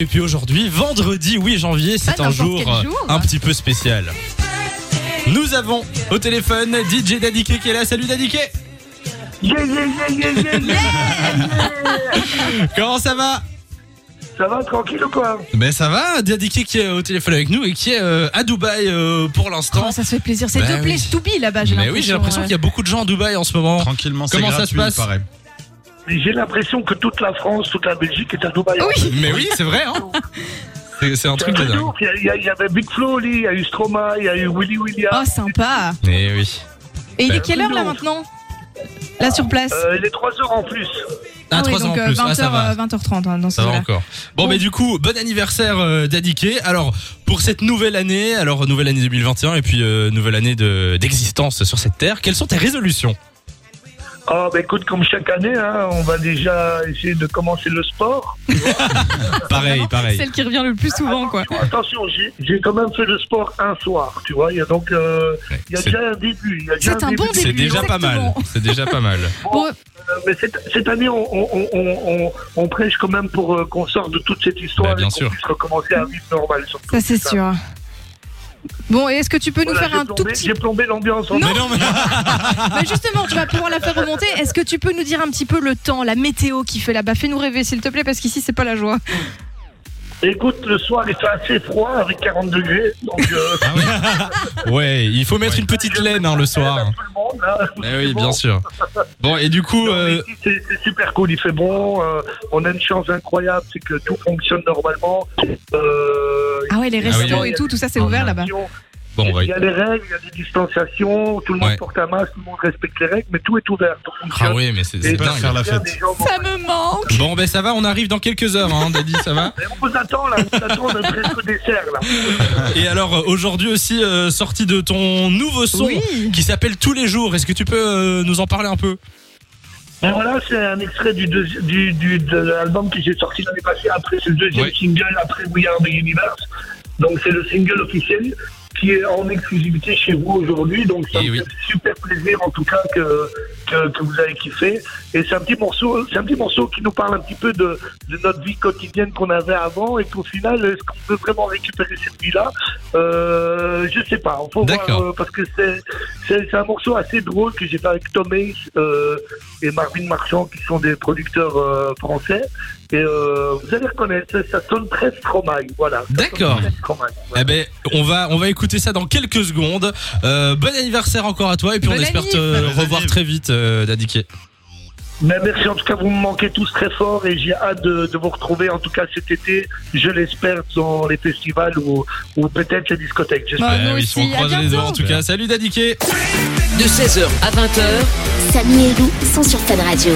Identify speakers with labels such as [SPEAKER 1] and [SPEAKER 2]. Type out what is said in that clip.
[SPEAKER 1] Et puis aujourd'hui, vendredi 8 janvier, c'est
[SPEAKER 2] Pas
[SPEAKER 1] un
[SPEAKER 2] n'importe
[SPEAKER 1] jour, euh,
[SPEAKER 2] quel jour.
[SPEAKER 1] un petit peu spécial. Nous avons au téléphone DJ Dadike qui est là. Salut Dadike
[SPEAKER 3] Yeah, yeah, yeah, yeah, yeah, yeah.
[SPEAKER 1] Comment ça va
[SPEAKER 3] Ça va tranquille ou quoi
[SPEAKER 1] Ben ça va, Dadike qui est au téléphone avec nous et qui est euh, à Dubaï euh, pour l'instant.
[SPEAKER 2] Oh, ça se fait plaisir. C'est
[SPEAKER 1] Bah
[SPEAKER 2] deux
[SPEAKER 1] oui.
[SPEAKER 2] places to be là-bas, j'ai hein.
[SPEAKER 1] Mais oui, j'ai l'impression qu'il y a beaucoup de gens à Dubaï en ce moment.
[SPEAKER 4] Tranquillement, c'est
[SPEAKER 1] Comment ça
[SPEAKER 4] gratuit,
[SPEAKER 1] se passe
[SPEAKER 4] il paraît.
[SPEAKER 3] Mais J'ai l'impression que toute la France, toute la Belgique est à Dubaï.
[SPEAKER 2] Oui.
[SPEAKER 1] Mais oui, c'est vrai, hein C'est- C'est un
[SPEAKER 3] C'est un
[SPEAKER 1] truc de
[SPEAKER 3] truc de
[SPEAKER 1] dingue.
[SPEAKER 3] ouf. Il y a- il y, a- il y avait Big Flo, il y a eu Stromae, il y a eu Willy
[SPEAKER 2] Oh,
[SPEAKER 3] Williams.
[SPEAKER 2] sympa.
[SPEAKER 1] Eh oui.
[SPEAKER 2] Et il
[SPEAKER 1] Bah,
[SPEAKER 2] est quelle heure là maintenant Là sur place
[SPEAKER 3] Euh, les trois heures en plus.
[SPEAKER 1] Ah,
[SPEAKER 2] Ah oui,
[SPEAKER 1] 3 ans
[SPEAKER 2] donc
[SPEAKER 1] en plus, ah, ça
[SPEAKER 2] euh,
[SPEAKER 1] va.
[SPEAKER 2] 20h30 hein, dans ce
[SPEAKER 1] Ça va
[SPEAKER 2] là
[SPEAKER 1] encore. Bon,
[SPEAKER 2] Bon.
[SPEAKER 1] mais du coup, bon anniversaire euh, Dadike. Alors, pour cette nouvelle année, alors nouvelle année 2021 et puis euh, nouvelle année de- d'existence sur cette terre, quelles sont tes résolutions
[SPEAKER 3] Ah bah écoute, comme chaque année, hein, on va déjà essayer de commencer le sport.
[SPEAKER 1] Pareil, pareil.
[SPEAKER 2] Celle qui revient le plus souvent, quoi.
[SPEAKER 3] Attention, j'ai- j'ai quand même fait le sport un soir, tu vois. Il y a donc euh, il y a
[SPEAKER 1] C'est-
[SPEAKER 3] déjà un début. il y a déjà
[SPEAKER 2] C'est un bon
[SPEAKER 3] début.
[SPEAKER 1] C'est
[SPEAKER 2] début,
[SPEAKER 1] déjà pas mal.
[SPEAKER 2] exactement.
[SPEAKER 1] C'est déjà pas mal.
[SPEAKER 2] Bon,
[SPEAKER 3] Euh, Mais cette, cette année, on, on, on, on, on prêche quand même pour euh, qu'on sorte de toute cette histoire
[SPEAKER 1] Bah, bien
[SPEAKER 3] et qu'on
[SPEAKER 1] sûr.
[SPEAKER 3] puisse recommencer à vivre normal. surtout.
[SPEAKER 2] ça c'est sûr. Bon, et est-ce que tu peux nous
[SPEAKER 3] Voilà,
[SPEAKER 2] faire
[SPEAKER 3] j'ai
[SPEAKER 2] un tout
[SPEAKER 3] plombé-
[SPEAKER 2] petit.
[SPEAKER 3] J'ai plombé l'ambiance. en-
[SPEAKER 1] Mais non, mais
[SPEAKER 2] Bah, justement, tu vas pouvoir la faire remonter. Est-ce que tu peux nous dire un petit peu le temps, la météo qui fait là-bas Fais-nous rêver, s'il te plaît, parce qu'ici c'est pas la joie.
[SPEAKER 3] Écoute, le soir, il fait assez froid avec 40 degrés. Donc, euh,
[SPEAKER 1] Ah. ouais, il faut mettre
[SPEAKER 4] Ouais.
[SPEAKER 1] une petite laine hein, le soir.
[SPEAKER 3] tout le monde, là,
[SPEAKER 1] Eh oui, bien sûr. Bon, et du coup, euh,
[SPEAKER 3] ici, c'est c'est super cool. Il fait bon. euh, on a une chance incroyable, c'est que tout fonctionne normalement. Euh,
[SPEAKER 2] Ah Oh ouais, les
[SPEAKER 1] Ah oui,
[SPEAKER 2] restos
[SPEAKER 3] oui.
[SPEAKER 2] et tout, tout ça c'est ouvert là-bas.
[SPEAKER 1] bon,
[SPEAKER 3] Il
[SPEAKER 1] ouais.
[SPEAKER 3] y a les règles, il y a des distanciations, tout le monde
[SPEAKER 1] Ouais.
[SPEAKER 3] porte un masque, tout le monde respecte les règles, mais tout est ouvert. Tout fonctionne.
[SPEAKER 1] Ah oui, mais c'est
[SPEAKER 3] Et
[SPEAKER 1] c'est
[SPEAKER 4] pas
[SPEAKER 1] dingue.
[SPEAKER 4] faire la
[SPEAKER 3] il y a
[SPEAKER 4] fête.
[SPEAKER 3] des gens-
[SPEAKER 2] Ça me manque
[SPEAKER 1] Bon, ben ça va, on arrive dans quelques heures, hein, Daddy, ça va
[SPEAKER 3] Mais on vous attend là, on vous attend, on est presque au dessert là.
[SPEAKER 1] Et alors, euh, aujourd'hui aussi, euh, sortie de ton nouveau son
[SPEAKER 2] Oui
[SPEAKER 1] qui s'appelle Tous les jours. Est-ce que tu peux euh, nous en parler un peu
[SPEAKER 3] Mais Ben voilà, c'est un extrait du, deuxi- du, du de l'album que j'ai sorti l'année passée. Après, c'est le deuxième
[SPEAKER 1] Oui.
[SPEAKER 3] single après We Are the Universe. Donc, c'est le single officiel qui est en exclusivité chez vous aujourd'hui. Donc, ça
[SPEAKER 1] Eh
[SPEAKER 3] me
[SPEAKER 1] oui.
[SPEAKER 3] fait super plaisir en tout cas que, que, que vous avez kiffé. Et c'est un petit morceau, c'est un petit morceau qui nous parle un petit peu de, de notre vie quotidienne qu'on avait avant et qu'au final, est-ce qu'on peut vraiment récupérer cette vie-là euh, Je sais pas. Faut voir,
[SPEAKER 1] D'accord.
[SPEAKER 3] euh, parce que c'est c'est c'est un morceau assez drôle que j'ai fait avec Tom Hayes euh, et Marvin Marchand, qui sont des producteurs euh, français. Et euh, vous allez reconnaître, ça, ça sonne très Stromae, voilà. Ça sonne
[SPEAKER 1] D'accord.
[SPEAKER 3] très Stromae,
[SPEAKER 1] Eh
[SPEAKER 3] voilà.
[SPEAKER 1] ben, on va, on va écouter ça dans quelques secondes. Euh, bon anniversaire encore à toi et puis
[SPEAKER 2] Bon
[SPEAKER 1] on espère te
[SPEAKER 2] anniversaire.
[SPEAKER 1] revoir très vite, euh, Dadike.
[SPEAKER 3] Mais merci en tout cas, vous me manquez tous très fort et j'ai hâte de, de vous retrouver en tout cas cet été, je l'espère, dans les festivals ou, ou peut-être les discothèques. J'espère.
[SPEAKER 2] Bah, nous
[SPEAKER 1] Eh oui,
[SPEAKER 2] aussi,
[SPEAKER 1] on
[SPEAKER 2] à
[SPEAKER 1] croise les
[SPEAKER 2] bientôt.
[SPEAKER 1] doigts en tout cas. Salut Dadike.
[SPEAKER 5] de 16h à 20h
[SPEAKER 6] Samy et Lou sont sur Fan Radio.